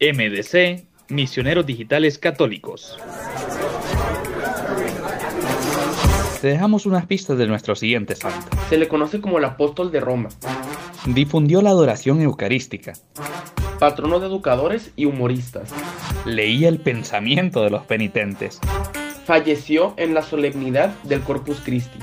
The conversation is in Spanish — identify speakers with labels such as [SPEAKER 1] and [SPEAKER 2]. [SPEAKER 1] MDC, Misioneros Digitales Católicos. Te dejamos unas pistas de nuestro siguiente santo.
[SPEAKER 2] Se le conoce como el apóstol de Roma,
[SPEAKER 1] Difundió la adoración eucarística.
[SPEAKER 2] patrono de educadores y humoristas.
[SPEAKER 1] Leía el pensamiento de los penitentes.
[SPEAKER 2] Falleció en la solemnidad del Corpus Christi.